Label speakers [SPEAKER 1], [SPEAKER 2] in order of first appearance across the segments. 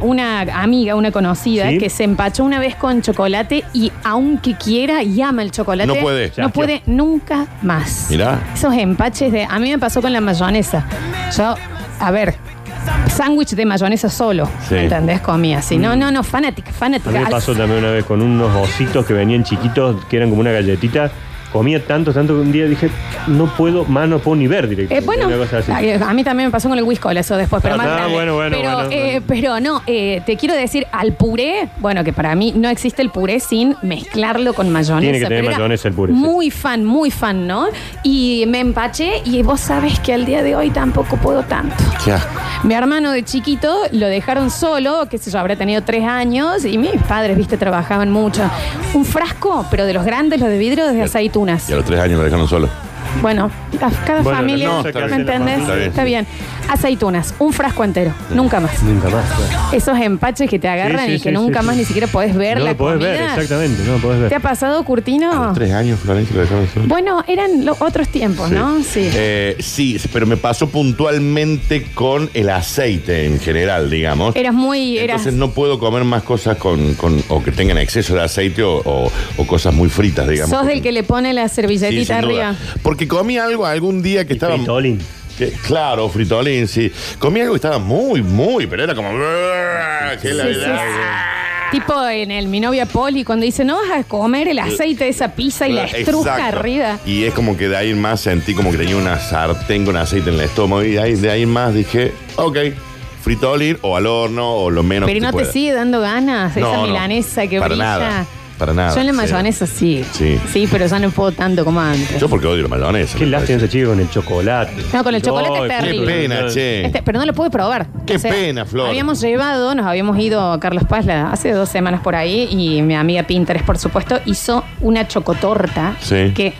[SPEAKER 1] una amiga, una conocida,
[SPEAKER 2] Sí.
[SPEAKER 1] que se empachó una vez con chocolate y aunque quiera y ama el chocolate,
[SPEAKER 3] No puede.
[SPEAKER 1] no puede nunca más.
[SPEAKER 3] Mirá.
[SPEAKER 1] Esos empaches de... A mí me pasó con la mayonesa. Yo, a ver, sándwich de mayonesa solo,
[SPEAKER 2] Sí.
[SPEAKER 1] ¿entendés? Comía así. No, no, no, fanática,
[SPEAKER 2] A mí
[SPEAKER 1] fanática.
[SPEAKER 2] me pasó también una vez con unos ositos que venían chiquitos, que eran como una galletita. Comía tanto, tanto que un día dije, no puedo, más no puedo ni ver
[SPEAKER 1] Eh,
[SPEAKER 2] directamente.
[SPEAKER 1] bueno,
[SPEAKER 2] Una cosa así.
[SPEAKER 1] a, a mí también me pasó con el whiskola eso después, pero
[SPEAKER 2] Ah,
[SPEAKER 1] más
[SPEAKER 2] ah,
[SPEAKER 1] grande.
[SPEAKER 2] bueno, bueno,
[SPEAKER 1] pero,
[SPEAKER 2] bueno,
[SPEAKER 1] eh,
[SPEAKER 2] bueno.
[SPEAKER 1] pero no, eh, te quiero decir, al puré, bueno, que para mí no existe el puré sin mezclarlo con mayonesa.
[SPEAKER 2] Tiene que tener
[SPEAKER 1] pero era
[SPEAKER 2] mayonesa el puré, sí.
[SPEAKER 1] Muy fan, muy fan, ¿no? Y me empaché y vos sabés que al día de hoy tampoco puedo tanto.
[SPEAKER 3] Qué asco.
[SPEAKER 1] Mi hermano de chiquito lo dejaron solo, qué sé yo, habrá tenido tres años y mis padres, viste, trabajaban mucho. Un frasco, pero de los grandes, los de vidrio, de aceitunas.
[SPEAKER 3] Y a los tres años lo dejaron solo.
[SPEAKER 1] Bueno, a cada
[SPEAKER 2] Bueno,
[SPEAKER 1] familia,
[SPEAKER 3] no, está
[SPEAKER 1] ¿me
[SPEAKER 3] bien.
[SPEAKER 1] entendés?
[SPEAKER 3] Está bien.
[SPEAKER 1] Está bien. Aceitunas, un frasco entero, nunca más.
[SPEAKER 2] Nunca más. claro.
[SPEAKER 1] Esos empaches que te agarran
[SPEAKER 2] Sí, sí,
[SPEAKER 1] y que
[SPEAKER 2] sí,
[SPEAKER 1] nunca
[SPEAKER 2] sí,
[SPEAKER 1] más
[SPEAKER 2] sí.
[SPEAKER 1] ni siquiera podés ver
[SPEAKER 2] No
[SPEAKER 1] la
[SPEAKER 2] lo podés
[SPEAKER 1] comida.
[SPEAKER 2] ver, exactamente, no lo podés
[SPEAKER 1] ¿Te ha
[SPEAKER 2] ver.
[SPEAKER 1] pasado,
[SPEAKER 3] A
[SPEAKER 1] Curtino?
[SPEAKER 3] los tres años, Florencia, lo dejaron solo.
[SPEAKER 1] Bueno, eran los otros tiempos, ¿no? Sí.
[SPEAKER 3] Eh, sí, pero me pasó puntualmente con el aceite en general, digamos.
[SPEAKER 1] Eras muy. Eras,
[SPEAKER 3] Entonces no puedo comer más cosas con, con- o que tengan exceso de aceite o, o- o cosas muy fritas, digamos.
[SPEAKER 1] sos del que le pone la
[SPEAKER 3] Sí,
[SPEAKER 1] servilletita
[SPEAKER 3] sin duda.
[SPEAKER 1] arriba.
[SPEAKER 3] Porque comí algo algún día que estaba.
[SPEAKER 2] Fritolín.
[SPEAKER 3] que- claro, fritolín, sí. Comí algo que estaba muy, muy, pero era como. que la-
[SPEAKER 1] Sí, sí, Tipo en el Mi novia Poli, cuando dice, no vas a comer el aceite de esa pizza y la estruja
[SPEAKER 3] Exacto.
[SPEAKER 1] arriba.
[SPEAKER 3] Y es como que de ahí en más sentí como que tenía una sartén con aceite en el estómago. Y de ahí, de ahí en más dije, ok, fritolín o al horno o lo menos
[SPEAKER 1] Pero
[SPEAKER 3] que
[SPEAKER 1] no te
[SPEAKER 3] pueda.
[SPEAKER 1] sigue dando ganas
[SPEAKER 3] No,
[SPEAKER 1] esa
[SPEAKER 3] no,
[SPEAKER 1] milanesa que
[SPEAKER 3] para
[SPEAKER 1] brilla.
[SPEAKER 3] nada, para nada,
[SPEAKER 1] Yo en la
[SPEAKER 3] sí.
[SPEAKER 1] mayonesa sí. sí.
[SPEAKER 3] Sí.
[SPEAKER 1] pero ya no puedo tanto como antes.
[SPEAKER 3] Yo porque odio la mayonesa.
[SPEAKER 2] Qué
[SPEAKER 3] me
[SPEAKER 2] lástima
[SPEAKER 3] parece.
[SPEAKER 2] ese chico con el chocolate.
[SPEAKER 1] No, con el chocolate
[SPEAKER 2] Ay,
[SPEAKER 1] es
[SPEAKER 3] Qué
[SPEAKER 1] terrible.
[SPEAKER 3] pena, che.
[SPEAKER 1] Este- pero no lo pude probar.
[SPEAKER 3] eh. Qué pena, Flor.
[SPEAKER 1] Habíamos llevado, nos habíamos ido a Carlos Paz la- hace dos semanas por ahí y mi amiga Pinterest, por supuesto, hizo una chocotorta
[SPEAKER 3] Sí.
[SPEAKER 1] que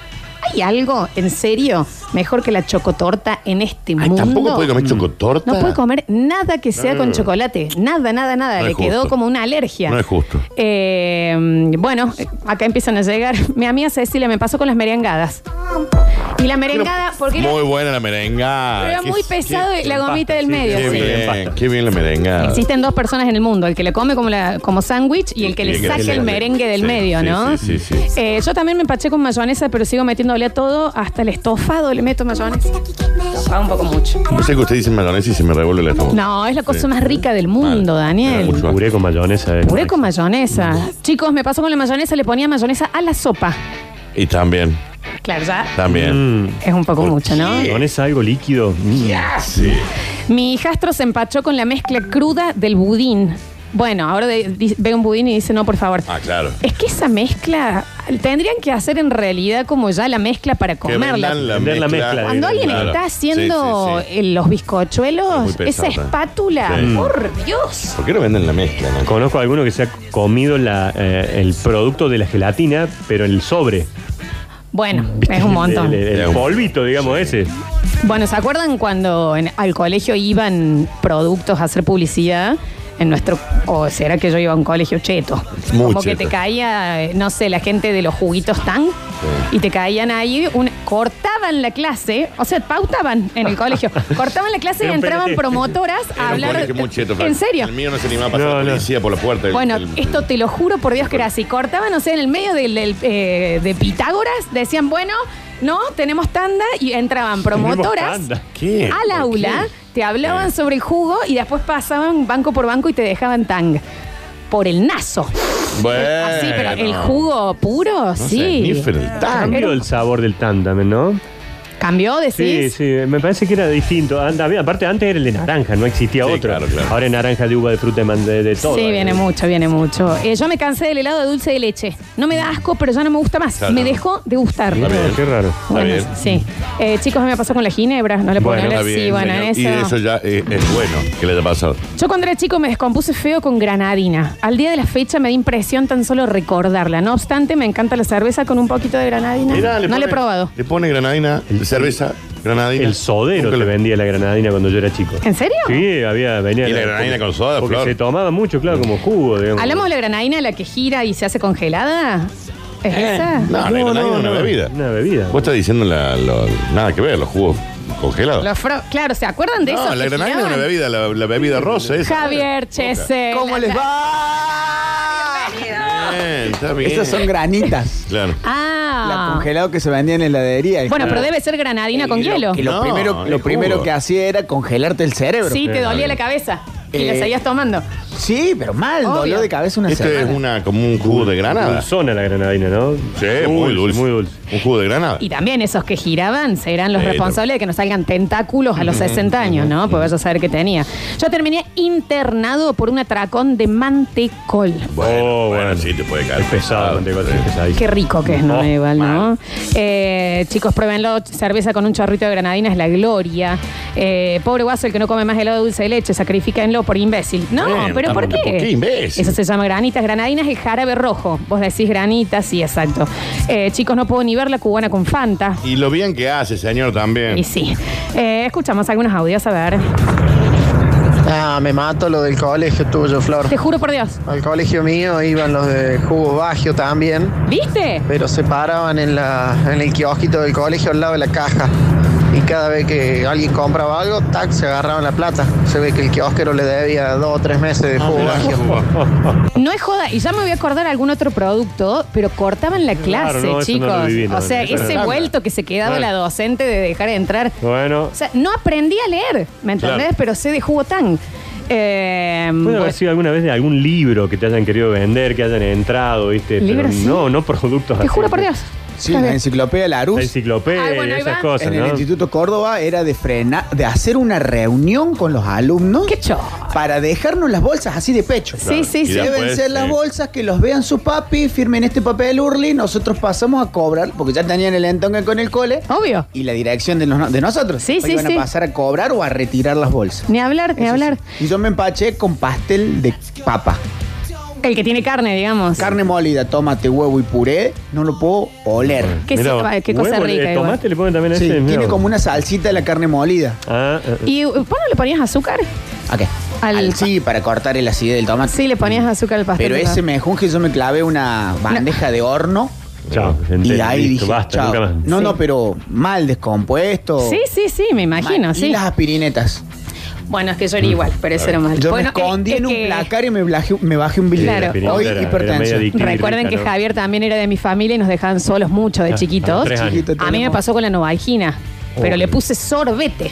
[SPEAKER 1] hay algo, en serio, mejor que la chocotorta en este
[SPEAKER 3] Ay,
[SPEAKER 1] mundo.
[SPEAKER 3] tampoco puede
[SPEAKER 2] Mm.
[SPEAKER 3] comer chocotorta.
[SPEAKER 1] No puede comer nada que sea con chocolate. Nada, nada, nada.
[SPEAKER 3] Eh. No
[SPEAKER 1] Le
[SPEAKER 3] es
[SPEAKER 1] quedó
[SPEAKER 3] justo.
[SPEAKER 1] como una alergia.
[SPEAKER 3] No es justo.
[SPEAKER 1] Eh, bueno, acá empiezan a llegar. Mi amiga Cecilia me pasó con las merengadas. Y la merengada, porque era,
[SPEAKER 3] Muy buena la merenga.
[SPEAKER 1] pero era muy pesado y la gomita del medio. sí.
[SPEAKER 3] Qué bien, qué bien la merenga.
[SPEAKER 1] Existen dos personas en el mundo, el que le come como, la, como sándwich y el que le saca el merengue del
[SPEAKER 3] Sí,
[SPEAKER 1] medio,
[SPEAKER 3] sí,
[SPEAKER 1] ¿no?
[SPEAKER 3] sí, sí, sí.
[SPEAKER 1] Eh, yo también me empaché con mayonesa, pero sigo metiéndole a todo, hasta el estofado le meto mayonesa. Estofado un poco mucho.
[SPEAKER 3] No sé que ustedes dicen mayonesa y se me revuelve el estómago.
[SPEAKER 1] No, es la cosa más rica del mundo,
[SPEAKER 3] Mal.
[SPEAKER 1] Daniel.
[SPEAKER 3] Mucho asco.
[SPEAKER 2] Puré con mayonesa. eh.
[SPEAKER 1] Puré con mayonesa. Chicos, me pasó con la mayonesa, le ponía mayonesa a la sopa.
[SPEAKER 3] Y también,
[SPEAKER 1] Claro, ya
[SPEAKER 3] también.
[SPEAKER 2] Mm,
[SPEAKER 1] es un poco mucho, ¿no?
[SPEAKER 2] Mayonesa, algo líquido. Mm.
[SPEAKER 3] Sí.
[SPEAKER 1] Mi hijastro se empachó con la mezcla cruda del budín. Bueno, ahora de- di- ve un budín y dice, no, por favor.
[SPEAKER 3] Ah, claro.
[SPEAKER 1] Es que esa mezcla tendrían que hacer en realidad como ya la mezcla para
[SPEAKER 3] Que vendan
[SPEAKER 1] comerla.
[SPEAKER 3] la
[SPEAKER 2] Vender la
[SPEAKER 3] mezcla.
[SPEAKER 2] mezcla.
[SPEAKER 1] Cuando alguien
[SPEAKER 3] Claro.
[SPEAKER 1] está
[SPEAKER 3] Sí,
[SPEAKER 1] haciendo
[SPEAKER 3] sí, sí.
[SPEAKER 1] eh, los bizcochuelos,
[SPEAKER 3] Es muy
[SPEAKER 1] esa
[SPEAKER 3] pesado, ¿eh?
[SPEAKER 1] espátula,
[SPEAKER 3] Sí.
[SPEAKER 1] por Dios.
[SPEAKER 3] ¿Por qué no venden la mezcla? no?
[SPEAKER 2] Conozco a alguno que se ha comido la, eh, el producto de la gelatina, pero el sobre.
[SPEAKER 1] Bueno, es un montón.
[SPEAKER 2] El, el- el polvito, digamos, ese.
[SPEAKER 1] Bueno, ¿se acuerdan cuando en- al colegio iban productos a hacer publicidad? En nuestro, o será que yo iba a un colegio cheto.
[SPEAKER 3] Muy
[SPEAKER 1] Como que
[SPEAKER 3] cheto.
[SPEAKER 1] te caía, eh, no sé, la gente de los juguitos tan y te caían ahí, un- cortaban la clase, o sea, pautaban en el colegio. Cortaban la clase y
[SPEAKER 2] Era un
[SPEAKER 1] entraban
[SPEAKER 2] PNT.
[SPEAKER 1] promotoras a
[SPEAKER 3] Era un
[SPEAKER 1] hablar.
[SPEAKER 3] colegio muy cheto, Fran.
[SPEAKER 1] en serio.
[SPEAKER 3] El mío no se animaba a pasar
[SPEAKER 2] No,
[SPEAKER 3] la
[SPEAKER 2] no.
[SPEAKER 3] policía por la puerta. El-
[SPEAKER 1] Bueno,
[SPEAKER 3] el-
[SPEAKER 1] esto te lo juro por Dios que era así. Cortaban, o sea, en el medio del, del, eh, de Pitágoras, decían, bueno, no, tenemos tanda, y entraban promotoras
[SPEAKER 2] Tenemos tanda.
[SPEAKER 3] ¿Qué? Eh.
[SPEAKER 1] al
[SPEAKER 3] ¿Por
[SPEAKER 1] aula, te hablaban sobre el jugo y después pasaban banco por banco y te dejaban tang. Por el naso.
[SPEAKER 3] Bueno.
[SPEAKER 1] Así, pero el jugo puro,
[SPEAKER 3] No sé,
[SPEAKER 1] sí.
[SPEAKER 3] Sniffer, el tang.
[SPEAKER 2] Cambió el sabor del tándame, ¿no?
[SPEAKER 1] ¿Cambió,
[SPEAKER 2] Sí,
[SPEAKER 1] decís?
[SPEAKER 2] sí, me parece que era distinto. And- había- aparte, antes era el de naranja, no existía
[SPEAKER 3] Sí,
[SPEAKER 2] otro.
[SPEAKER 3] claro, claro.
[SPEAKER 2] Ahora es naranja de uva, de fruta, de, man- de, de todo.
[SPEAKER 1] Sí, viene
[SPEAKER 2] Eh,
[SPEAKER 1] mucho, viene mucho. Eh, yo me cansé del helado de dulce de leche. No me da asco, pero ya no me gusta más.
[SPEAKER 3] Claro.
[SPEAKER 1] Me dejó de gustar.
[SPEAKER 2] Mira,
[SPEAKER 3] bien.
[SPEAKER 2] Qué raro.
[SPEAKER 1] Bueno,
[SPEAKER 3] bien.
[SPEAKER 1] sí. Eh, chicos, a mí me pasó con la ginebra, no le puedo
[SPEAKER 2] Bueno,
[SPEAKER 1] hablar.
[SPEAKER 3] Está
[SPEAKER 1] sí,
[SPEAKER 3] bien,
[SPEAKER 1] bueno, en
[SPEAKER 3] señor.
[SPEAKER 1] eso.
[SPEAKER 3] Y eso ya eh, es bueno que le haya pasado.
[SPEAKER 1] Yo cuando era chico me descompuse feo con granadina. Al día de la fecha me da impresión tan solo recordarla. No obstante, me encanta la cerveza con un poquito de granadina.
[SPEAKER 3] Mirá,
[SPEAKER 1] no
[SPEAKER 3] pone-
[SPEAKER 1] la he probado.
[SPEAKER 3] Le pone granadina, cerveza, granadina.
[SPEAKER 2] El sodero
[SPEAKER 3] Nunca
[SPEAKER 2] te
[SPEAKER 3] lo-
[SPEAKER 2] vendía la granadina cuando yo era chico.
[SPEAKER 1] ¿En serio?
[SPEAKER 2] Sí, había venía.
[SPEAKER 3] ¿Y la granadina con soda,
[SPEAKER 2] Porque
[SPEAKER 3] Flor?
[SPEAKER 2] se tomaba mucho, claro, como jugo, digamos.
[SPEAKER 1] ¿Hablamos de la granadina, la que gira y se hace congelada? ¿Es esa?
[SPEAKER 3] Eh, No, la granadina es una bebida.
[SPEAKER 2] Una bebida.
[SPEAKER 3] Vos estás diciendo la- lo- nada que ver, los jugos congelado.
[SPEAKER 1] Los fro- claro, ¿se acuerdan de eso?
[SPEAKER 3] no, la
[SPEAKER 1] que
[SPEAKER 3] granada es
[SPEAKER 1] giraban?
[SPEAKER 3] una bebida, la, la bebida rosa. Esa.
[SPEAKER 1] Javier Chese.
[SPEAKER 4] ¿Cómo les va?
[SPEAKER 3] Bien, está bien.
[SPEAKER 4] Esas son granitas.
[SPEAKER 3] Claro.
[SPEAKER 4] La
[SPEAKER 1] Ah.
[SPEAKER 4] congelado que se vendía en la heladería.
[SPEAKER 1] Bueno, pero debe ser granadina con
[SPEAKER 4] Y lo-
[SPEAKER 1] hielo.
[SPEAKER 4] Y lo,
[SPEAKER 3] No,
[SPEAKER 4] primero,
[SPEAKER 3] el
[SPEAKER 4] lo primero
[SPEAKER 3] jugo.
[SPEAKER 4] que hacía era congelarte el cerebro.
[SPEAKER 1] Sí, te
[SPEAKER 3] Eh,
[SPEAKER 1] dolía
[SPEAKER 3] vale.
[SPEAKER 1] la cabeza. Y la
[SPEAKER 4] Eh,
[SPEAKER 1] seguías tomando.
[SPEAKER 4] Sí, pero mal,
[SPEAKER 1] Obvio.
[SPEAKER 4] dolor de cabeza una
[SPEAKER 3] Este es
[SPEAKER 4] semana.
[SPEAKER 3] una, como un jugo de granada.
[SPEAKER 2] Dulzona la granadina, ¿no?
[SPEAKER 3] Sí, muy dulce.
[SPEAKER 2] Muy dulce.
[SPEAKER 3] Un jugo de granada.
[SPEAKER 1] Y también esos que giraban serán los
[SPEAKER 3] Sí,
[SPEAKER 1] responsables de que nos salgan tentáculos a los 60 años, ¿no? Pues vaya a saber qué tenía. Yo terminé internado por un atracón de mantecol.
[SPEAKER 3] Bueno,
[SPEAKER 2] Oh,
[SPEAKER 3] bueno,
[SPEAKER 2] bueno.
[SPEAKER 3] sí, te puede caer.
[SPEAKER 2] Es pesado,
[SPEAKER 3] Sí.
[SPEAKER 2] Mantecol, sí, es pesadísimo.
[SPEAKER 1] Qué rico que es, ¿no?
[SPEAKER 2] Oh,
[SPEAKER 1] Igual, ¿no? Eh, chicos, pruébenlo. Cerveza con un chorrito de granadina es la gloria. Eh, pobre guaso el que no come más helado de dulce de leche, sacrifíquenlo por imbécil. No,
[SPEAKER 3] Bueno,
[SPEAKER 1] pero ¿por qué?
[SPEAKER 3] estamos- ¿por qué imbécil?
[SPEAKER 1] Eso se llama granitas. Granadina es el jarabe rojo. Vos decís granitas, sí, exacto. Eh, chicos, no puedo ni ver la cubana con Fanta.
[SPEAKER 3] Y lo bien que hace, señor,
[SPEAKER 2] Em.
[SPEAKER 3] también.
[SPEAKER 1] Y sí. Eh, escuchamos algunos audios, a ver.
[SPEAKER 5] Ah, me mato lo del colegio tuyo, Flor.
[SPEAKER 1] Te juro por Dios.
[SPEAKER 5] Al colegio mío iban los de jugo Baggio también,
[SPEAKER 1] ¿Viste?
[SPEAKER 5] pero se paraban en, la, en el kiosquito del colegio al lado de la caja. Y cada vez que alguien compraba algo, tac, se agarraban la plata. Se ve que el kiosquero le debía dos o tres meses
[SPEAKER 2] Ah,
[SPEAKER 5] de jugo
[SPEAKER 3] Mirá,
[SPEAKER 5] Baggio.
[SPEAKER 1] No es joda, y ya me voy a acordar algún otro producto, pero cortaban la clase,
[SPEAKER 2] Claro, no, eso
[SPEAKER 1] chicos.
[SPEAKER 2] no lo viví, no,
[SPEAKER 1] o sea,
[SPEAKER 2] eso no
[SPEAKER 1] ese
[SPEAKER 2] lo vi.
[SPEAKER 1] vuelto que se quedaba
[SPEAKER 2] Claro.
[SPEAKER 1] la docente de dejar entrar.
[SPEAKER 2] Bueno,
[SPEAKER 1] O sea, no aprendí a leer, ¿me entendés?
[SPEAKER 3] Claro.
[SPEAKER 1] Pero sé de jugo tan. Eh,
[SPEAKER 2] puede
[SPEAKER 1] bueno,
[SPEAKER 2] haber sido alguna vez de algún libro que te hayan querido vender, que hayan entrado, ¿viste? Pero
[SPEAKER 1] Libros, sí.
[SPEAKER 2] no, no productos
[SPEAKER 1] te
[SPEAKER 2] así.
[SPEAKER 1] juro por Dios.
[SPEAKER 4] Sí, la enciclopedia Larus.
[SPEAKER 2] La enciclopedia
[SPEAKER 1] Ay, bueno,
[SPEAKER 2] y
[SPEAKER 1] ahí
[SPEAKER 2] esas
[SPEAKER 1] va.
[SPEAKER 2] cosas,
[SPEAKER 4] en
[SPEAKER 2] ¿no?
[SPEAKER 4] el Instituto Córdoba era de frenar, de hacer una reunión con los alumnos
[SPEAKER 1] Qué cho.
[SPEAKER 4] para dejarnos las bolsas así de pecho.
[SPEAKER 1] Sí, sí,
[SPEAKER 3] Y
[SPEAKER 1] sí.
[SPEAKER 3] después,
[SPEAKER 4] Llévense las
[SPEAKER 3] pues, sí.
[SPEAKER 4] bolsas, que los vean su papi, firmen este papel Urli, nosotros pasamos a cobrar, porque ya tenían el entonque con el cole,
[SPEAKER 1] Obvio.
[SPEAKER 4] y la dirección de, los- de nosotros.
[SPEAKER 1] Sí,
[SPEAKER 4] Hoy
[SPEAKER 1] sí,
[SPEAKER 4] Iban
[SPEAKER 1] sí.
[SPEAKER 4] a pasar a cobrar o a retirar las bolsas.
[SPEAKER 1] Ni hablar, ni
[SPEAKER 4] Eso
[SPEAKER 1] hablar.
[SPEAKER 4] sí. Y yo me empaché con pastel de papa.
[SPEAKER 1] El que tiene carne, digamos.
[SPEAKER 4] Carne molida, tomate, huevo y puré, no lo puedo oler.
[SPEAKER 1] Qué,
[SPEAKER 2] Mirá vos.
[SPEAKER 1] se- qué cosa
[SPEAKER 2] Huevo,
[SPEAKER 1] rica.
[SPEAKER 2] El
[SPEAKER 1] igual.
[SPEAKER 2] tomate le ponen también a
[SPEAKER 4] Sí,
[SPEAKER 2] ese. mirá
[SPEAKER 4] tiene
[SPEAKER 2] vos.
[SPEAKER 4] como una salsita de la carne molida.
[SPEAKER 2] Ah, ah, ah.
[SPEAKER 1] ¿Y vos no le ponías azúcar?
[SPEAKER 4] ¿A qué?
[SPEAKER 1] Al-
[SPEAKER 4] Al- sí, para cortar el acidez del tomate.
[SPEAKER 1] Sí, le ponías azúcar al pastel.
[SPEAKER 4] Pero
[SPEAKER 1] ¿no?
[SPEAKER 4] ese mejunje yo me clavé una bandeja de horno
[SPEAKER 2] Chao.
[SPEAKER 4] y
[SPEAKER 2] entendí,
[SPEAKER 4] de ahí
[SPEAKER 2] listo,
[SPEAKER 4] dije,
[SPEAKER 2] basta,
[SPEAKER 4] chao.
[SPEAKER 2] nunca más.
[SPEAKER 4] No,
[SPEAKER 1] Sí.
[SPEAKER 4] no, pero mal descompuesto.
[SPEAKER 1] Sí, sí, sí, me
[SPEAKER 4] Mal.
[SPEAKER 1] imagino, sí.
[SPEAKER 4] Y las aspirinetas.
[SPEAKER 1] Bueno, es que
[SPEAKER 2] Mm.
[SPEAKER 1] yo era igual, pero eso era mal.
[SPEAKER 4] Yo
[SPEAKER 1] Bueno,
[SPEAKER 4] me escondí
[SPEAKER 1] es-
[SPEAKER 4] en
[SPEAKER 1] es
[SPEAKER 4] un
[SPEAKER 1] que-
[SPEAKER 4] placar y me, blaje- me bajé un billete.
[SPEAKER 1] Claro.
[SPEAKER 2] Pirita
[SPEAKER 4] Hoy
[SPEAKER 2] era- era media
[SPEAKER 4] hipertensión.
[SPEAKER 2] adictiva y
[SPEAKER 1] Recuerden
[SPEAKER 2] rica,
[SPEAKER 1] que
[SPEAKER 2] ¿no?
[SPEAKER 1] Javier también era de mi familia y nos dejaban solos mucho de
[SPEAKER 2] Ah,
[SPEAKER 1] chiquitos.
[SPEAKER 2] a los tres años.
[SPEAKER 4] Chiquito
[SPEAKER 1] A mí me
[SPEAKER 4] tenemos.
[SPEAKER 1] pasó con la novajina, pero le puse sorbete.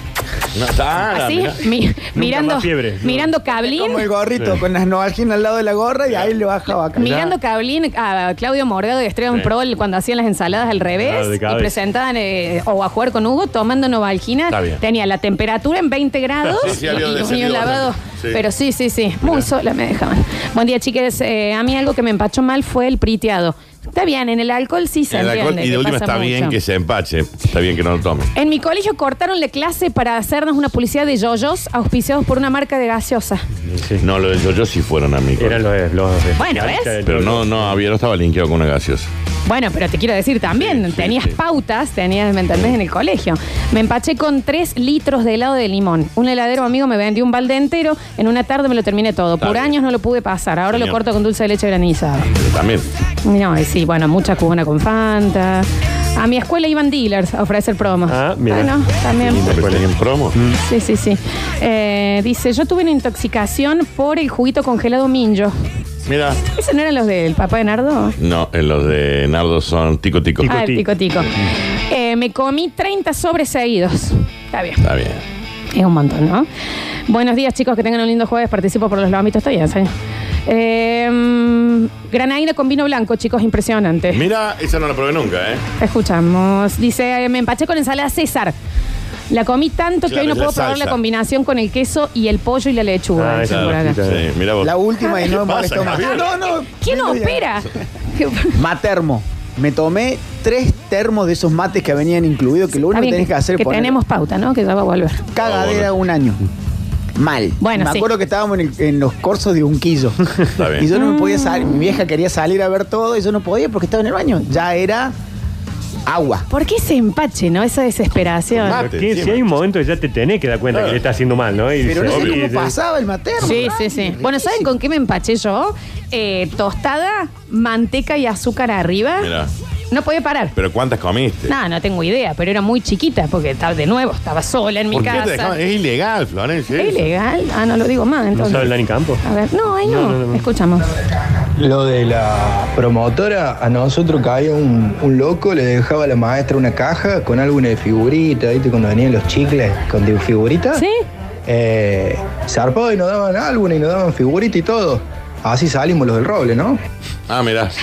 [SPEAKER 3] No, ah,
[SPEAKER 1] Así,
[SPEAKER 3] mirá.
[SPEAKER 1] mi- mirando,
[SPEAKER 2] más fiebre, ¿no?
[SPEAKER 1] mirando Cablín,
[SPEAKER 4] Como el gorrito con las novalginas al lado de la gorra y ahí le bajaba acá.
[SPEAKER 1] mirando Cablín a Claudio Morgado y Esteban
[SPEAKER 2] Sí.
[SPEAKER 1] Prol cuando hacían las ensaladas al revés
[SPEAKER 2] Claro, de
[SPEAKER 1] y
[SPEAKER 2] cabeza.
[SPEAKER 1] presentaban eh, o a jugar con Hugo tomando novalgina.
[SPEAKER 3] Está bien.
[SPEAKER 1] Tenía la temperatura en 20 grados
[SPEAKER 3] Sí, sí,
[SPEAKER 1] y,
[SPEAKER 3] había
[SPEAKER 1] y
[SPEAKER 3] descendido
[SPEAKER 1] un lavado.
[SPEAKER 3] bastante. Sí.
[SPEAKER 1] Pero sí, sí, sí, muy sola me dejaban. Buen día, chiques. Eh, a mí algo que me empachó mal fue el priteado. Está bien, en el alcohol sí se
[SPEAKER 3] El
[SPEAKER 1] entiende.
[SPEAKER 3] alcohol- y
[SPEAKER 1] que
[SPEAKER 3] de última
[SPEAKER 1] pasa
[SPEAKER 3] está bien
[SPEAKER 1] mucho.
[SPEAKER 3] que se empache. Está bien que no lo tome.
[SPEAKER 1] En mi colegio cortaron la clase para hacernos una publicidad de yoyos auspiciados por una marca de gaseosa.
[SPEAKER 2] Sí.
[SPEAKER 3] No, lo de yo, yo sí fueron amigos.
[SPEAKER 2] Eran los. los
[SPEAKER 1] Bueno, ¿ves?
[SPEAKER 3] Pero no, no, había, no estaba linkeado con una gaseosa.
[SPEAKER 1] Bueno, pero te quiero decir también,
[SPEAKER 3] Sí, sí,
[SPEAKER 1] tenías
[SPEAKER 3] sí.
[SPEAKER 1] pautas, tenías, ¿me entendés? En el colegio. Me empaché con tres litros de helado de limón. Un heladero amigo me vendió un balde entero, en una tarde me lo terminé todo.
[SPEAKER 3] Está
[SPEAKER 1] por
[SPEAKER 3] bien.
[SPEAKER 1] años no lo pude pasar, ahora lo
[SPEAKER 3] Señor.
[SPEAKER 1] corto con dulce de leche granizada.
[SPEAKER 3] Pero también.
[SPEAKER 1] No, y sí, bueno, mucha cubana con Fanta. A mi escuela iban dealers a ofrecer promos.
[SPEAKER 2] Ah, mira.
[SPEAKER 1] Bueno, también.
[SPEAKER 3] Pero tenían promo.
[SPEAKER 1] Sí, sí, sí. Eh, dice, yo tuve una intoxicación por el juguito congelado Minjo.
[SPEAKER 3] Mira.
[SPEAKER 1] ¿Esos no eran los del papá de Nardo?
[SPEAKER 3] No, eh, los de Nardo son tico tico.
[SPEAKER 2] Tico.
[SPEAKER 1] ah, el tico tico. Eh, me comí 30 sobres seguidos. Está bien.
[SPEAKER 3] Está bien.
[SPEAKER 1] Es un montón, ¿no? Buenos días, chicos, que tengan un lindo jueves. Participo por los lomitos. Está bien, señor. Eh, mm, granadina con vino blanco, chicos, impresionante.
[SPEAKER 3] Mira, esa no la probé nunca, ¿eh?
[SPEAKER 1] Escuchamos. Dice, eh, me empaché con ensalada César. La comí tanto que
[SPEAKER 3] Claro,
[SPEAKER 1] hoy no
[SPEAKER 3] es la
[SPEAKER 1] puedo probar
[SPEAKER 3] salsa.
[SPEAKER 1] la combinación con el queso y el pollo y la lechuga.
[SPEAKER 2] Ah,
[SPEAKER 1] dicen
[SPEAKER 2] esa
[SPEAKER 1] por acá.
[SPEAKER 2] Sí.
[SPEAKER 3] Sí, mira vos.
[SPEAKER 4] La última y no me
[SPEAKER 3] pasa,
[SPEAKER 4] molestó más.
[SPEAKER 3] Javier?
[SPEAKER 4] No, no.
[SPEAKER 1] ¿Quién
[SPEAKER 4] vengo ya.
[SPEAKER 1] opera?
[SPEAKER 4] Matermo. Me tomé tres termos de esos mates que venían incluidos, que lo
[SPEAKER 1] Está
[SPEAKER 4] único que
[SPEAKER 1] bien
[SPEAKER 4] tenés que hacer es
[SPEAKER 1] que
[SPEAKER 4] poner
[SPEAKER 1] tenemos pauta, ¿no? Que ya va a volver.
[SPEAKER 4] cagadera un año. Mal.
[SPEAKER 1] Bueno,
[SPEAKER 4] me
[SPEAKER 1] sí.
[SPEAKER 4] acuerdo que estábamos en, el- en los corsos de Unquillo.
[SPEAKER 3] bien.
[SPEAKER 4] y yo no me
[SPEAKER 1] Mm.
[SPEAKER 4] podía salir. Mi vieja quería salir a ver todo y yo no podía porque estaba en el baño. Ya era agua.
[SPEAKER 1] ¿Por qué ese empache, no? Esa desesperación.
[SPEAKER 3] Mal.
[SPEAKER 2] ¿Qué? Si hay un momento que ya te tenés que dar cuenta que le está haciendo mal, ¿no? Y
[SPEAKER 4] Pero no
[SPEAKER 2] dices,
[SPEAKER 4] sé
[SPEAKER 2] "Obvio".
[SPEAKER 4] cómo pasaba el materno.
[SPEAKER 1] Sí, sí, sí. Bueno, ¿saben con qué me empaché yo? Eh, tostada, manteca y azúcar arriba.
[SPEAKER 3] Mira.
[SPEAKER 1] No podía parar.
[SPEAKER 3] ¿Pero cuántas comiste?
[SPEAKER 1] No, no tengo idea, pero era muy chiquita porque estaba de nuevo, estaba sola en mi
[SPEAKER 3] ¿Por qué te
[SPEAKER 1] casa.
[SPEAKER 3] dejaban? Es ilegal, Florencia.
[SPEAKER 1] ¿Es
[SPEAKER 3] eso.
[SPEAKER 1] ilegal? Ah, no lo digo más.
[SPEAKER 2] ¿No
[SPEAKER 1] Entonces.
[SPEAKER 2] sabe Dani Campo?
[SPEAKER 1] A ver, no, ahí no.
[SPEAKER 2] No, no, no.
[SPEAKER 1] Escuchamos.
[SPEAKER 3] Ah.
[SPEAKER 6] Lo de la promotora, a nosotros caía un, un loco, le dejaba a la maestra una caja con álbumes de figuritas, ¿viste? Cuando venían los chicles con de- figuritas.
[SPEAKER 1] ¿Sí?
[SPEAKER 6] Eh, zarpado y nos daban álbumes y nos daban figuritas y todo. Así salimos los del roble, ¿no?
[SPEAKER 3] Ah, mirá. Sí.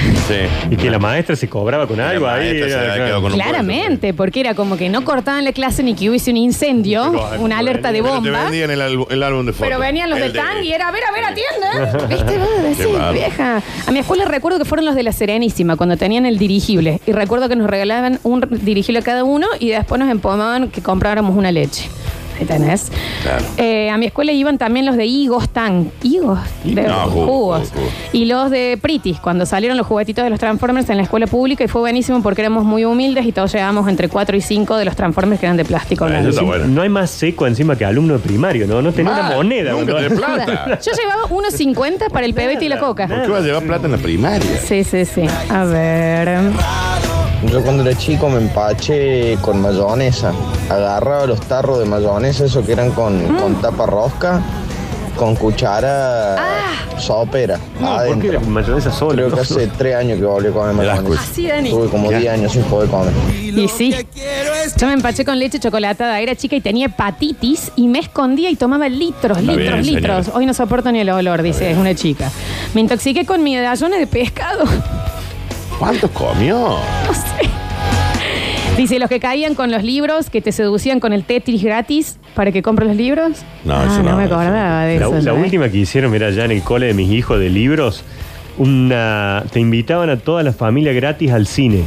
[SPEAKER 2] Y que la maestra se cobraba con
[SPEAKER 3] La
[SPEAKER 2] algo ahí.
[SPEAKER 3] maestra se
[SPEAKER 2] era-
[SPEAKER 3] había quedado con un
[SPEAKER 1] Claramente, porque era como que no cortaban la clase ni que hubiese un incendio,
[SPEAKER 2] Pero,
[SPEAKER 1] una
[SPEAKER 2] pero
[SPEAKER 1] alerta de
[SPEAKER 3] Pero te
[SPEAKER 1] bomba.
[SPEAKER 3] vendían el, álbum- el álbum de fotos.
[SPEAKER 1] Pero venían los
[SPEAKER 3] El
[SPEAKER 1] del
[SPEAKER 3] de-
[SPEAKER 1] Tang y era, a ver, a ver, atiende. ¿Viste? Vos decís,
[SPEAKER 3] Qué bárbaro.
[SPEAKER 1] vieja. A mi escuela recuerdo que fueron los de la Serenísima, cuando tenían el dirigible. Y recuerdo que nos regalaban un r- dirigible a cada uno y después nos empomaban que compráramos una leche. Ahí tenés.
[SPEAKER 3] Claro.
[SPEAKER 1] Eh, a mi escuela iban también los de higos Tang. Higos.
[SPEAKER 3] Y-
[SPEAKER 1] De
[SPEAKER 3] no, jugo,
[SPEAKER 1] jugos.
[SPEAKER 3] jugo, jugo.
[SPEAKER 1] Y los de Pritis, cuando salieron los juguetitos de los Transformers en la escuela pública y fue buenísimo porque éramos muy humildes y todos llegábamos entre 4 y 5 de los Transformers que eran de plástico.
[SPEAKER 3] Ah,
[SPEAKER 1] ¿no?
[SPEAKER 3] eso está bueno.
[SPEAKER 2] No hay más seco encima que alumno de primario, ¿no? No tenía una
[SPEAKER 3] Mal,
[SPEAKER 2] moneda.
[SPEAKER 3] Ah, Nunca
[SPEAKER 2] ¿no?
[SPEAKER 3] te plata.
[SPEAKER 1] Yo llevaba 1.50 para el pebete y la coca.
[SPEAKER 3] ¿Por qué vas a llevar plata en la primaria?
[SPEAKER 1] Sí, sí, sí. A ver.
[SPEAKER 5] Yo cuando era chico me empaché con mayonesa. Agarraba los tarros de mayonesa, esos que eran con, con tapa rosca, con cuchara sopera.
[SPEAKER 2] No, ¿Por qué
[SPEAKER 5] adentro.
[SPEAKER 2] la mayonesa sola?
[SPEAKER 5] Creo
[SPEAKER 2] no?
[SPEAKER 5] que hace tres años que volví a comer
[SPEAKER 3] Me das
[SPEAKER 5] mayonesa.
[SPEAKER 3] cuenta.
[SPEAKER 1] Sí, Dani.
[SPEAKER 5] Tuve como
[SPEAKER 3] Ya.
[SPEAKER 5] 10 años sin poder comer.
[SPEAKER 1] Y sí. Yo me empaché con leche chocolatada. Era chica y tenía hepatitis y me escondía y tomaba litros,
[SPEAKER 3] Está
[SPEAKER 1] litros,
[SPEAKER 3] bien,
[SPEAKER 1] litros.
[SPEAKER 3] señora.
[SPEAKER 1] Hoy no soporto ni el olor, dice, es una chica. Me intoxiqué con medallones de pescado.
[SPEAKER 3] ¿Cuántos comió?
[SPEAKER 1] No sé. Dice, los que caían con los libros, que te seducían con el Tetris gratis para que compres los libros.
[SPEAKER 3] No,
[SPEAKER 1] Ah,
[SPEAKER 3] eso no,
[SPEAKER 1] me
[SPEAKER 3] eso no.
[SPEAKER 1] acordaba de
[SPEAKER 2] La,
[SPEAKER 1] eso. ¿eh?
[SPEAKER 2] la
[SPEAKER 1] ¿no?
[SPEAKER 2] última que hicieron, mira, ya en el cole de mis hijos de libros, una, te invitaban a toda la familia gratis al cine.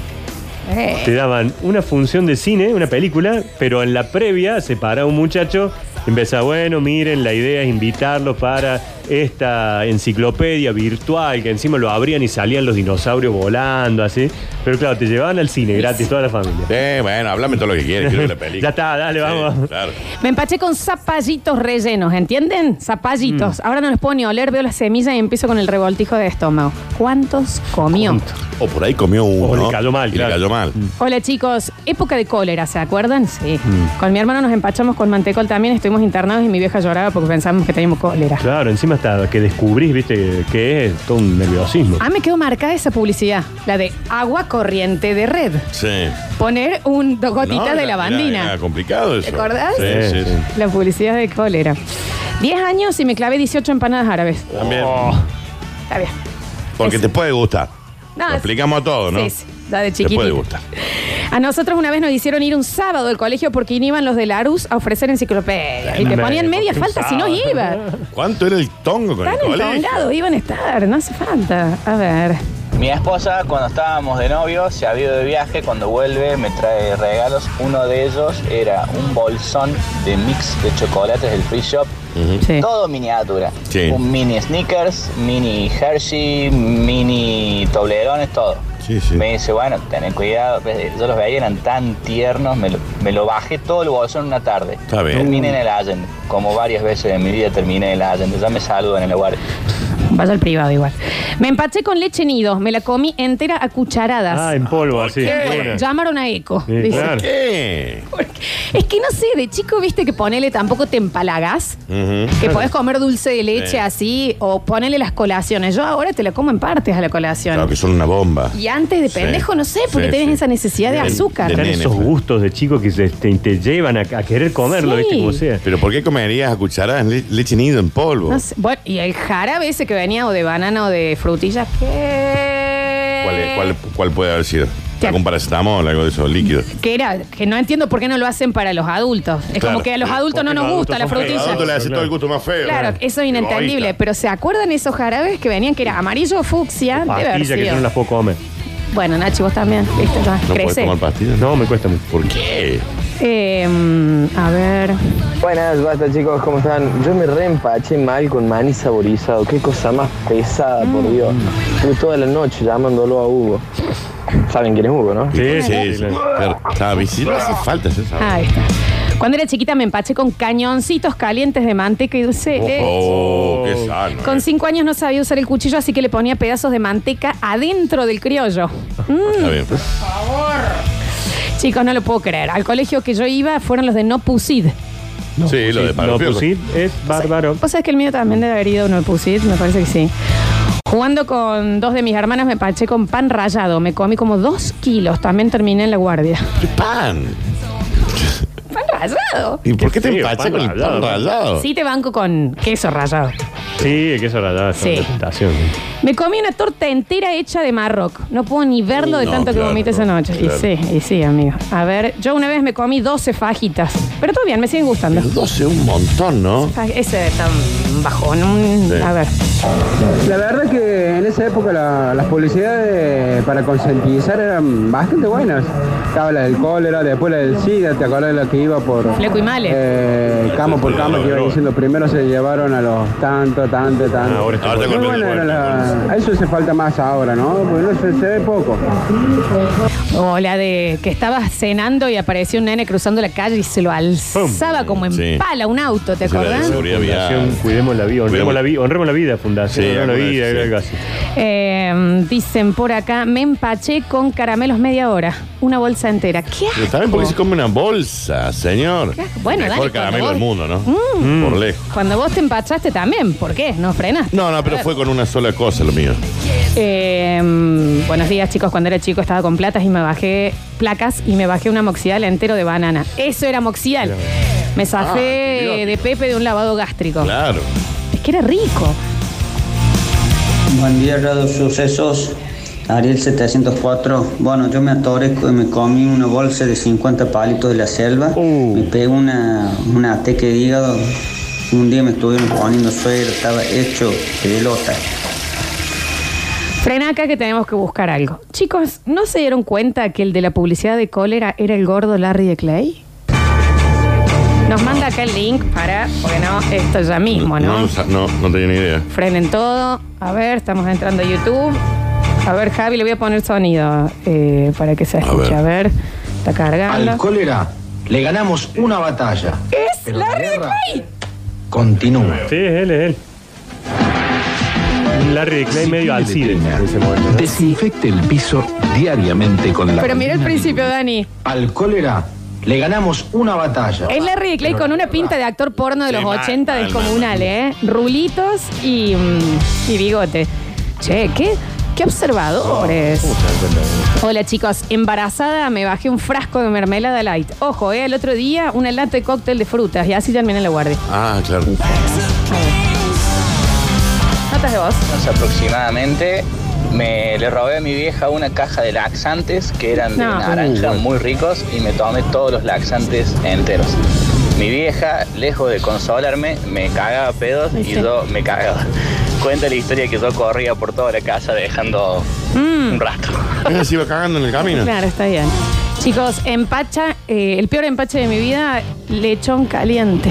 [SPEAKER 1] Eh.
[SPEAKER 2] Te daban una función de cine, una película, pero en la previa se paraba un muchacho, empezaba, bueno, miren, la idea es invitarlos para esta enciclopedia virtual, que encima lo abrían y salían los dinosaurios volando, así. Pero claro, te llevaban al cine gratis toda la familia.
[SPEAKER 3] Sí, bueno, háblame todo lo que quieres, quiero ver la película.
[SPEAKER 2] Ya está, dale,
[SPEAKER 3] Sí,
[SPEAKER 2] vamos.
[SPEAKER 3] Claro.
[SPEAKER 1] Me empaché con zapallitos rellenos, ¿entienden? Zapallitos.
[SPEAKER 3] Mm.
[SPEAKER 1] Ahora no les puedo ni oler, veo las semillas y empiezo con el revoltijo de estómago. ¿Cuántos comió?
[SPEAKER 3] O por ahí comió uno.
[SPEAKER 2] O le cayó mal,
[SPEAKER 3] Y
[SPEAKER 2] claro. Mm.
[SPEAKER 3] le cayó mal.
[SPEAKER 1] Hola chicos, época de cólera, ¿se acuerdan? Sí. Con mi hermano nos empachamos con mantecol también, estuvimos internados y mi vieja lloraba porque pensábamos que teníamos cólera.
[SPEAKER 2] Claro, encima está que descubrís, viste, que es todo un nerviosismo.
[SPEAKER 1] Ah, me quedó marcada esa publicidad, la de agua corriente de red.
[SPEAKER 3] Sí.
[SPEAKER 1] Poner un dos gotitas
[SPEAKER 3] No,
[SPEAKER 1] de
[SPEAKER 3] era-
[SPEAKER 1] lavandina.
[SPEAKER 3] Era, era complicado eso.
[SPEAKER 1] ¿Te acordás?
[SPEAKER 3] Sí, sí,
[SPEAKER 2] Sí,
[SPEAKER 3] sí.
[SPEAKER 1] La publicidad de cólera. 10 años y me clavé 18 empanadas árabes.
[SPEAKER 3] También.
[SPEAKER 2] Oh.
[SPEAKER 1] Está bien.
[SPEAKER 3] Porque te puede gustar.
[SPEAKER 1] No,
[SPEAKER 3] Lo explicamos a todos, ¿no?
[SPEAKER 1] Ah, Sí, sí, ya de
[SPEAKER 3] Te puede
[SPEAKER 1] chiquitito.
[SPEAKER 3] gustar.
[SPEAKER 1] A nosotros una vez nos hicieron ir un sábado al colegio porque iban los de Larus a ofrecer enciclopedias. Y te
[SPEAKER 2] Hombre,
[SPEAKER 1] ponían media
[SPEAKER 2] ¿por qué un
[SPEAKER 1] falta si no
[SPEAKER 2] sábado?
[SPEAKER 1] iba.
[SPEAKER 3] ¿Cuánto era el tongo con
[SPEAKER 1] Tan
[SPEAKER 3] el colegio?
[SPEAKER 1] entongados iban a estar, no hace falta. A ver.
[SPEAKER 7] Mi esposa, cuando estábamos de novios, se había ido de viaje. Cuando vuelve, me trae regalos. Uno de ellos era un bolsón de mix de chocolates del free shop.
[SPEAKER 1] Sí.
[SPEAKER 7] Todo miniatura.
[SPEAKER 3] Sí.
[SPEAKER 7] Un mini sneakers, mini Hershey, mini Toblerones, todo.
[SPEAKER 3] Sí, sí.
[SPEAKER 7] Me dice, bueno, ten cuidado. pues, eh, Yo los veía, eran tan tiernos. Me lo, me lo bajé todo el bolsón en una tarde.
[SPEAKER 3] Está bien.
[SPEAKER 7] Terminé en el Allende. Como varias veces en mi vida terminé en el Allende. Ya me saludan en el lugar.
[SPEAKER 1] Vaya al privado igual. Me empaché con leche nido, me la comí entera a cucharadas.
[SPEAKER 2] Ah, en polvo, así.
[SPEAKER 1] Eh,
[SPEAKER 2] buena.
[SPEAKER 1] Llamaron a Eco.
[SPEAKER 2] Sí,
[SPEAKER 1] dice.
[SPEAKER 2] claro.
[SPEAKER 3] ¿Qué?
[SPEAKER 1] Es que no sé, de chico viste que ponele tampoco te empalagas,
[SPEAKER 3] Ujú.
[SPEAKER 1] que podés comer dulce de leche
[SPEAKER 3] Sí.
[SPEAKER 1] así, o ponele las colaciones. Yo ahora te la como en partes a la colación.
[SPEAKER 3] Claro, que son una bomba.
[SPEAKER 1] Y antes de pendejo, no sé, porque
[SPEAKER 3] Sí,
[SPEAKER 1] tenés
[SPEAKER 3] sí.
[SPEAKER 1] esa necesidad de,
[SPEAKER 3] De-
[SPEAKER 1] azúcar.
[SPEAKER 3] de-
[SPEAKER 2] Están
[SPEAKER 3] nene,
[SPEAKER 2] esos
[SPEAKER 3] Fran.
[SPEAKER 2] gustos de chicos que se- te, te llevan a, a querer comerlo,
[SPEAKER 1] Sí.
[SPEAKER 2] ¿viste? Como sea.
[SPEAKER 3] ¿Pero por qué comerías a cucharadas le- leche nido en polvo?
[SPEAKER 1] No sé, Bueno, y el jarabe ese que venía o de banana o de frutillas, ¿qué?
[SPEAKER 3] ¿Cuál, es- cuál, cuál puede haber sido?
[SPEAKER 1] ¿Qué?
[SPEAKER 3] ¿Algún paracetamol, algo de esos líquidos?
[SPEAKER 1] Que era, que no entiendo por qué no lo hacen para los adultos. Es
[SPEAKER 3] Claro.
[SPEAKER 1] como que a los adultos no
[SPEAKER 2] Porque
[SPEAKER 1] nos
[SPEAKER 2] los
[SPEAKER 1] gusta la
[SPEAKER 2] adultos son
[SPEAKER 3] Al
[SPEAKER 2] Sí,
[SPEAKER 1] frutilla.
[SPEAKER 2] pegados.
[SPEAKER 3] adulto le hace
[SPEAKER 2] claro.
[SPEAKER 3] todo el gusto más feo.
[SPEAKER 1] Claro, eh, eso es inentendible.
[SPEAKER 3] Egoísta.
[SPEAKER 1] Pero ¿se acuerdan esos jarabes que venían que era amarillo o fucsia? Debe haber
[SPEAKER 2] Pastillas que yo
[SPEAKER 1] sido.
[SPEAKER 2] no las puedo comer.
[SPEAKER 1] Bueno, Nachi, vos también. Viste, ya
[SPEAKER 3] ¿No puedes
[SPEAKER 1] crece.
[SPEAKER 3] tomar pastillas?
[SPEAKER 2] No, me cuesta mucho.
[SPEAKER 3] ¿Por qué?
[SPEAKER 1] Eh, a ver.
[SPEAKER 8] Buenas, basta chicos, ¿cómo están? Yo me reempaché mal con maní saborizado, qué cosa más
[SPEAKER 5] Ah,
[SPEAKER 8] pesada, por Dios. Estuve toda la noche llamándolo a Hugo. Saben quién es Hugo, ¿no?
[SPEAKER 2] Sí,
[SPEAKER 3] Sí,
[SPEAKER 2] sí,
[SPEAKER 3] sí. Claro, Claro, y si no hace falta esa
[SPEAKER 1] Ahí está. Cuando era chiquita me empaché con cañoncitos calientes de manteca y dulce de leche.
[SPEAKER 3] Oh, qué sano.
[SPEAKER 1] Con
[SPEAKER 3] eh.
[SPEAKER 1] cinco años no sabía usar el cuchillo, así que le ponía pedazos de manteca adentro del criollo.
[SPEAKER 3] Está bien. pues.
[SPEAKER 1] Chicos, no lo puedo creer. Al colegio que yo iba fueron los de No Pusid.
[SPEAKER 3] Sí, lo de
[SPEAKER 2] No,
[SPEAKER 3] Pablo
[SPEAKER 2] pues sí, es bárbaro.
[SPEAKER 1] ¿Vos sabés que el mío también debe haber ido a No Pusid? Me parece que sí. Jugando con dos de mis hermanas me paché con pan rallado. Me comí como dos kilos. También terminé en la guardia.
[SPEAKER 3] ¿Qué pan?
[SPEAKER 1] ¿Pan rallado?
[SPEAKER 3] ¿Y por qué te
[SPEAKER 2] Sí,
[SPEAKER 3] empaché
[SPEAKER 2] pan
[SPEAKER 3] con el pan
[SPEAKER 2] rallado.
[SPEAKER 3] rallado?
[SPEAKER 1] Sí te banco con queso rallado.
[SPEAKER 2] Sí, que eso era
[SPEAKER 1] Sí. Me comí una torta entera hecha de Marroc. No puedo ni verlo de
[SPEAKER 3] No,
[SPEAKER 1] tanto
[SPEAKER 3] claro,
[SPEAKER 1] que vomité esa noche.
[SPEAKER 3] claro.
[SPEAKER 1] Y sí, y sí, amigo. A ver, yo una vez me comí 12 fajitas. Pero todo bien, me siguen gustando.
[SPEAKER 3] 12 un montón, ¿no?
[SPEAKER 1] Ay, Ese está un bajón. un-
[SPEAKER 3] Sí.
[SPEAKER 1] A ver.
[SPEAKER 9] La verdad es que en esa época la- las publicidades para concientizar eran bastante buenas. Estaba la del cólera, después la del SIDA, ¿te acordás de la que iba por...
[SPEAKER 1] Fleco y male.
[SPEAKER 9] Eh, cama por cama que iba diciendo, primero se llevaron a los tanto, tanto, tanto.
[SPEAKER 2] Ah, Ahora está
[SPEAKER 3] Ahora
[SPEAKER 2] con-
[SPEAKER 3] está
[SPEAKER 9] Muy buena era la- a Eso hace falta más ahora, ¿no? Porque no se, se ve poco.
[SPEAKER 1] O la de que estaba cenando y apareció un nene cruzando la calle y se lo alzaba como en
[SPEAKER 3] Sí.
[SPEAKER 1] pala un auto, ¿te
[SPEAKER 3] Sí, la de
[SPEAKER 1] acordás?
[SPEAKER 3] seguridad
[SPEAKER 2] Fundación,
[SPEAKER 3] vial.
[SPEAKER 2] Cuidemos la vida, honremos
[SPEAKER 3] Cuidemos.
[SPEAKER 2] la vida, honremos la vida, Fundación,
[SPEAKER 3] Sí,
[SPEAKER 2] honremos la
[SPEAKER 3] alguna
[SPEAKER 2] vida,
[SPEAKER 3] vez, sí.
[SPEAKER 2] algo así.
[SPEAKER 1] Eh, dicen por acá, me empaché con caramelos media hora. Una bolsa entera. ¿Qué
[SPEAKER 3] Pero
[SPEAKER 1] asco?
[SPEAKER 3] ¿Saben por qué se come una bolsa, señor?
[SPEAKER 1] Qué asco. Bueno,
[SPEAKER 3] Mejor
[SPEAKER 1] dale, Mm.
[SPEAKER 3] caramelo del
[SPEAKER 1] cuando
[SPEAKER 3] mundo, ¿no? Por lejos.
[SPEAKER 1] Cuando vos te empachaste también, ¿por qué? ¿No frenaste?
[SPEAKER 3] No, no, pero fue con una sola cosa lo mío.
[SPEAKER 1] Eh, buenos días, chicos. Cuando era chico estaba con platas y me bajé placas y me bajé una moxial entero de banana. Eso era moxial. Me
[SPEAKER 3] Ah,
[SPEAKER 1] zafé
[SPEAKER 3] qué
[SPEAKER 1] de Pepe de un lavado gástrico.
[SPEAKER 3] Claro.
[SPEAKER 1] Es que era rico.
[SPEAKER 10] Buen día, Radio Sucesos. Ariel 704. Bueno, yo me atoré, me comí una bolsa de 50 palitos de la selva.
[SPEAKER 2] Uh.
[SPEAKER 10] Me pegué una, una ataque de hígado. Un día me estuvieron poniendo suero, estaba hecho pelota.
[SPEAKER 1] Frena acá que tenemos que buscar algo. Chicos, ¿no se dieron cuenta que el de la publicidad de cólera era el gordo Larry de Clay? Nos manda acá el link para, porque no, esto ya mismo,
[SPEAKER 3] No,
[SPEAKER 1] ¿no?
[SPEAKER 3] sa- no, no tenía ni idea.
[SPEAKER 1] Frenen todo. A ver, estamos entrando a YouTube. A ver, Javi, le voy a poner sonido eh, para que se
[SPEAKER 3] A
[SPEAKER 1] escuche.
[SPEAKER 3] ver.
[SPEAKER 1] A ver, está cargando.
[SPEAKER 6] Al cólera le ganamos una batalla.
[SPEAKER 1] ¡Es
[SPEAKER 6] Pero la
[SPEAKER 1] Larry de
[SPEAKER 6] guerra
[SPEAKER 1] Clay!
[SPEAKER 6] Continúa.
[SPEAKER 2] Sí, es él, es él. Un Larry de Clay medio al cine.
[SPEAKER 11] Desinfecte el piso diariamente con la.
[SPEAKER 1] Pero mira el
[SPEAKER 11] vaselina
[SPEAKER 1] principio, Dani.
[SPEAKER 6] Al cólera le ganamos una batalla.
[SPEAKER 1] Es Larry de Clay con una pinta de actor porno de
[SPEAKER 3] Sí,
[SPEAKER 1] los
[SPEAKER 3] mal,
[SPEAKER 1] 80
[SPEAKER 3] mal,
[SPEAKER 1] descomunal,
[SPEAKER 3] mal,
[SPEAKER 1] ¿eh? Rulitos y, mm, y bigote. Che, ¿qué, qué observadores?
[SPEAKER 3] Oh,
[SPEAKER 1] Hola chicos, embarazada me bajé un frasco de mermelada light. Ojo, ¿eh? el otro día una lata de cóctel de frutas y así terminé la guardia.
[SPEAKER 3] Ah, claro.
[SPEAKER 1] Notas de voz.
[SPEAKER 7] años aproximadamente me le robé a mi vieja una caja de laxantes que eran de
[SPEAKER 1] No.
[SPEAKER 7] naranja muy ricos y me tomé todos los laxantes enteros. Mi vieja, lejos de consolarme, me cagaba a pedos
[SPEAKER 1] Ahí sí.
[SPEAKER 7] y yo me cagaba. Cuenta la historia que yo corría por toda la casa dejando
[SPEAKER 1] Mm.
[SPEAKER 7] un rastro.
[SPEAKER 3] Ella se iba cagando en el camino.
[SPEAKER 1] Claro, está bien. Chicos, empacha, eh, el peor empache de mi vida, lechón caliente.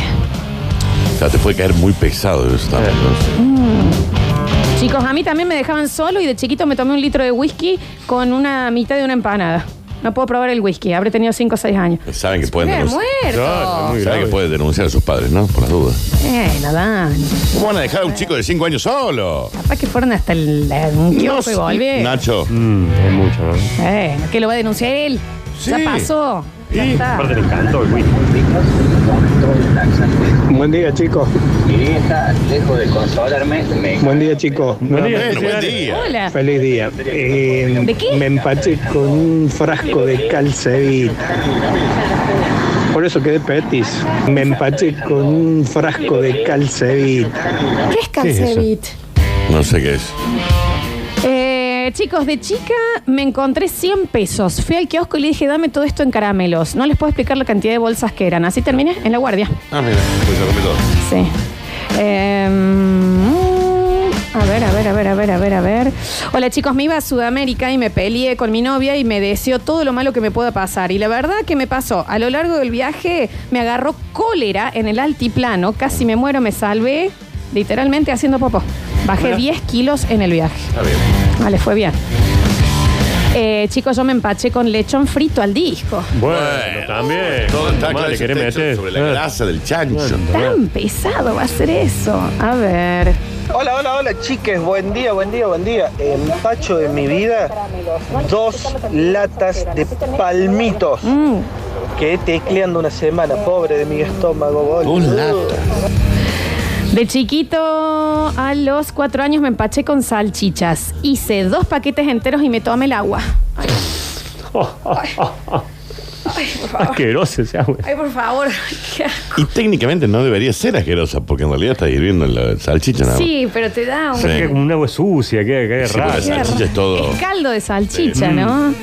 [SPEAKER 3] O sea, te puede caer muy pesado eso también. ¿no?
[SPEAKER 1] Chicos, a mí también me dejaban solo y de chiquito me tomé un litro de whisky con una mitad de una empanada. No puedo probar el whisky, habré tenido 5 o 6 años.
[SPEAKER 3] Saben que pueden
[SPEAKER 1] ¡Me he
[SPEAKER 3] denunciar.
[SPEAKER 1] muerto!
[SPEAKER 2] muy
[SPEAKER 3] Saben que
[SPEAKER 2] grave.
[SPEAKER 3] pueden denunciar a sus padres, ¿no? Por las dudas.
[SPEAKER 1] Eh, nada,
[SPEAKER 3] ¿Cómo van a dejar a un chico de 5 años solo?
[SPEAKER 1] capaz que fueron hasta el, el- un kiosco y volvieron.
[SPEAKER 3] Nacho.
[SPEAKER 2] Mm, es mucho, ¿no?
[SPEAKER 1] Eh, ¿Qué lo va a denunciar él?
[SPEAKER 3] Sí.
[SPEAKER 1] Ya pasó. Ya
[SPEAKER 2] Y
[SPEAKER 1] está.
[SPEAKER 2] aparte le encantó el whisky.
[SPEAKER 9] Buen día, chicos.
[SPEAKER 7] Mi vieja, lejos de consolarme, me
[SPEAKER 9] Buen día, chicos.
[SPEAKER 3] Bueno, buen día.
[SPEAKER 1] Hola.
[SPEAKER 9] Feliz día. Eh,
[SPEAKER 1] ¿De qué?
[SPEAKER 9] Me empaché con un frasco de calcevita. Por eso quedé petis. Me empaché con un frasco de calcevita.
[SPEAKER 1] ¿Qué es Calcevit?
[SPEAKER 3] No sé qué es.
[SPEAKER 1] Eh, chicos, de chica me encontré 100 pesos. Fui al kiosco y le dije, dame todo esto en caramelos. No les puedo explicar la cantidad de bolsas que eran. Así terminé en la guardia.
[SPEAKER 3] Ah, mira. Pues se come todo.
[SPEAKER 1] Sí. Eh, a ver, a ver, a ver, a ver, a ver, a ver. Hola chicos, me iba a Sudamérica y me peleé con mi novia y me deseó todo lo malo que me pueda pasar. Y la verdad que me pasó. A lo largo del viaje me agarró cólera en el altiplano. Casi me muero, me salvé literalmente haciendo popó. Bajé 10 kilos en el viaje.
[SPEAKER 3] Está bien.
[SPEAKER 1] Vale, fue bien. Eh, chicos, yo me empaché con lechón frito al disco.
[SPEAKER 2] Bueno, también.
[SPEAKER 3] Todo está
[SPEAKER 2] Mamá,
[SPEAKER 3] claro,
[SPEAKER 2] le
[SPEAKER 3] ese
[SPEAKER 2] querés
[SPEAKER 3] texto
[SPEAKER 2] meter.
[SPEAKER 3] sobre la grasa del chancho.
[SPEAKER 1] Tan pesado va a ser eso. A ver.
[SPEAKER 12] Hola, hola, hola, chiques. Buen día, buen día, buen día. Empacho de mi vida, dos latas de palmitos.
[SPEAKER 1] Mm.
[SPEAKER 12] Que tecleando una semana, pobre de mi estómago, boludo.
[SPEAKER 3] Dos latas.
[SPEAKER 1] De chiquito a los cuatro años me empaché con salchichas. Hice dos paquetes enteros y me tomé el agua.
[SPEAKER 2] Ah,
[SPEAKER 3] Asquerosa ese agua.
[SPEAKER 1] Ay, por favor. qué asco.
[SPEAKER 3] Y técnicamente no debería ser asquerosa, porque en realidad está hirviendo en la salchicha nada más.
[SPEAKER 1] Sí, pero te da un.
[SPEAKER 3] Sí.
[SPEAKER 2] Queda como un agua sucia, queda, queda
[SPEAKER 3] Sí, porque
[SPEAKER 2] raro.
[SPEAKER 3] la salchicha es todo.
[SPEAKER 1] Caldo de salchicha,
[SPEAKER 2] Sí. Mm.
[SPEAKER 1] ¿no?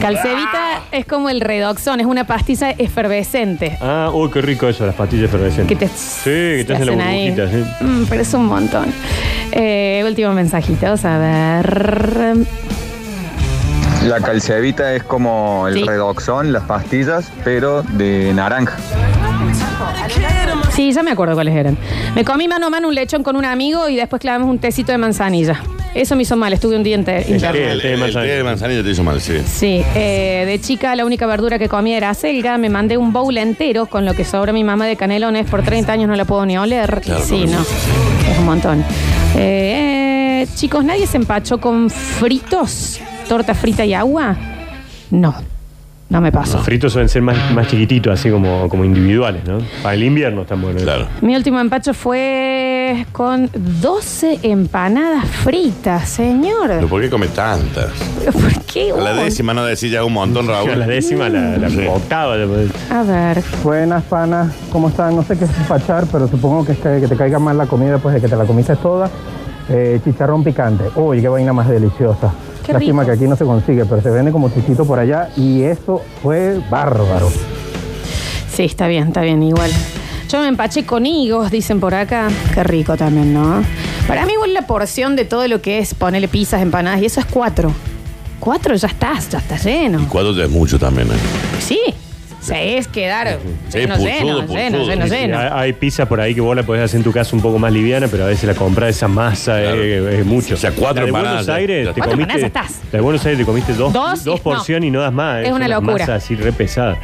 [SPEAKER 1] Calcevita es como el redoxón, es una pastiza efervescente.
[SPEAKER 2] Ah, uy, qué rico eso, las pastillas efervescentes.
[SPEAKER 1] Que te-
[SPEAKER 2] sí, que te hacen las
[SPEAKER 1] hacen ahí.
[SPEAKER 2] burbujitas. sí.
[SPEAKER 1] Mm, pero es un montón. Eh, último mensajito, vamos a ver.
[SPEAKER 13] La calcevita es como el
[SPEAKER 1] Sí.
[SPEAKER 13] redoxón, las pastillas, pero de naranja.
[SPEAKER 1] Sí, ya me acuerdo cuáles eran. Me comí mano a mano un lechón con un amigo y después clavamos un tecito de manzanilla. Eso me hizo mal, estuve un diente.
[SPEAKER 3] El, té- el té de manzanilla. te hizo mal, sí.
[SPEAKER 1] Sí, eh, de chica la única verdura que comía era acelga, me mandé un bowl entero con lo que sobra mi mamá de canelones, por 30 años no la puedo ni oler.
[SPEAKER 3] Claro,
[SPEAKER 1] sí,
[SPEAKER 3] con
[SPEAKER 1] no, es un montón. Eh, eh, chicos, ¿nadie se empachó con fritos? ¿Torta frita y agua? No, no me pasó.
[SPEAKER 2] Los fritos suelen ser más, más chiquititos, así como, como individuales, ¿no? Para el invierno están buenos. Claro.
[SPEAKER 1] Mi último empacho fue con 12 empanadas fritas,
[SPEAKER 3] ¿Pero
[SPEAKER 1] señor.
[SPEAKER 3] por qué come tantas?
[SPEAKER 1] ¿Por qué?
[SPEAKER 3] A la décima no decís ya un montón, Raúl.
[SPEAKER 2] A la décima, la- la octava.
[SPEAKER 1] A ver.
[SPEAKER 9] Buenas, panas. ¿Cómo están? No sé qué es empachar, pero supongo que es que, que te caiga mal la comida después de que te la comiste toda. Eh, chicharrón picante. Uy, qué vaina más deliciosa.
[SPEAKER 1] Qué
[SPEAKER 9] Lástima
[SPEAKER 1] rico.
[SPEAKER 9] que aquí no se consigue, pero se vende como chiquito por allá y eso fue bárbaro.
[SPEAKER 1] Sí, está bien, está bien, igual. Yo me empaché con higos, dicen por acá. Qué rico también, ¿no? Para mí igual la porción de todo lo que es ponerle pizzas, empanadas, y eso es cuatro. Cuatro ya estás, ya estás lleno.
[SPEAKER 3] Cuatro ya es mucho también, ¿eh?
[SPEAKER 1] Sí, se es quedar
[SPEAKER 3] Sí,
[SPEAKER 1] lleno, lleno, lleno, lleno,
[SPEAKER 2] Sí,
[SPEAKER 1] lleno.
[SPEAKER 2] Hay, hay pizza por ahí que vos la podés hacer en tu casa un poco más liviana, pero a veces la compra esa masa es, es mucho. O sea,
[SPEAKER 3] cuatro
[SPEAKER 2] la de
[SPEAKER 3] empanadas,
[SPEAKER 2] Buenos Aires
[SPEAKER 3] ya
[SPEAKER 2] te
[SPEAKER 3] está.
[SPEAKER 1] Cuatro
[SPEAKER 2] comiste.
[SPEAKER 1] empanadas estás.
[SPEAKER 2] La de Buenos Aires te comiste dos,
[SPEAKER 1] Dos,
[SPEAKER 2] dos
[SPEAKER 1] no.
[SPEAKER 2] porciones y no das más.
[SPEAKER 1] Es una
[SPEAKER 2] una
[SPEAKER 1] locura.
[SPEAKER 2] Masa así re pesada.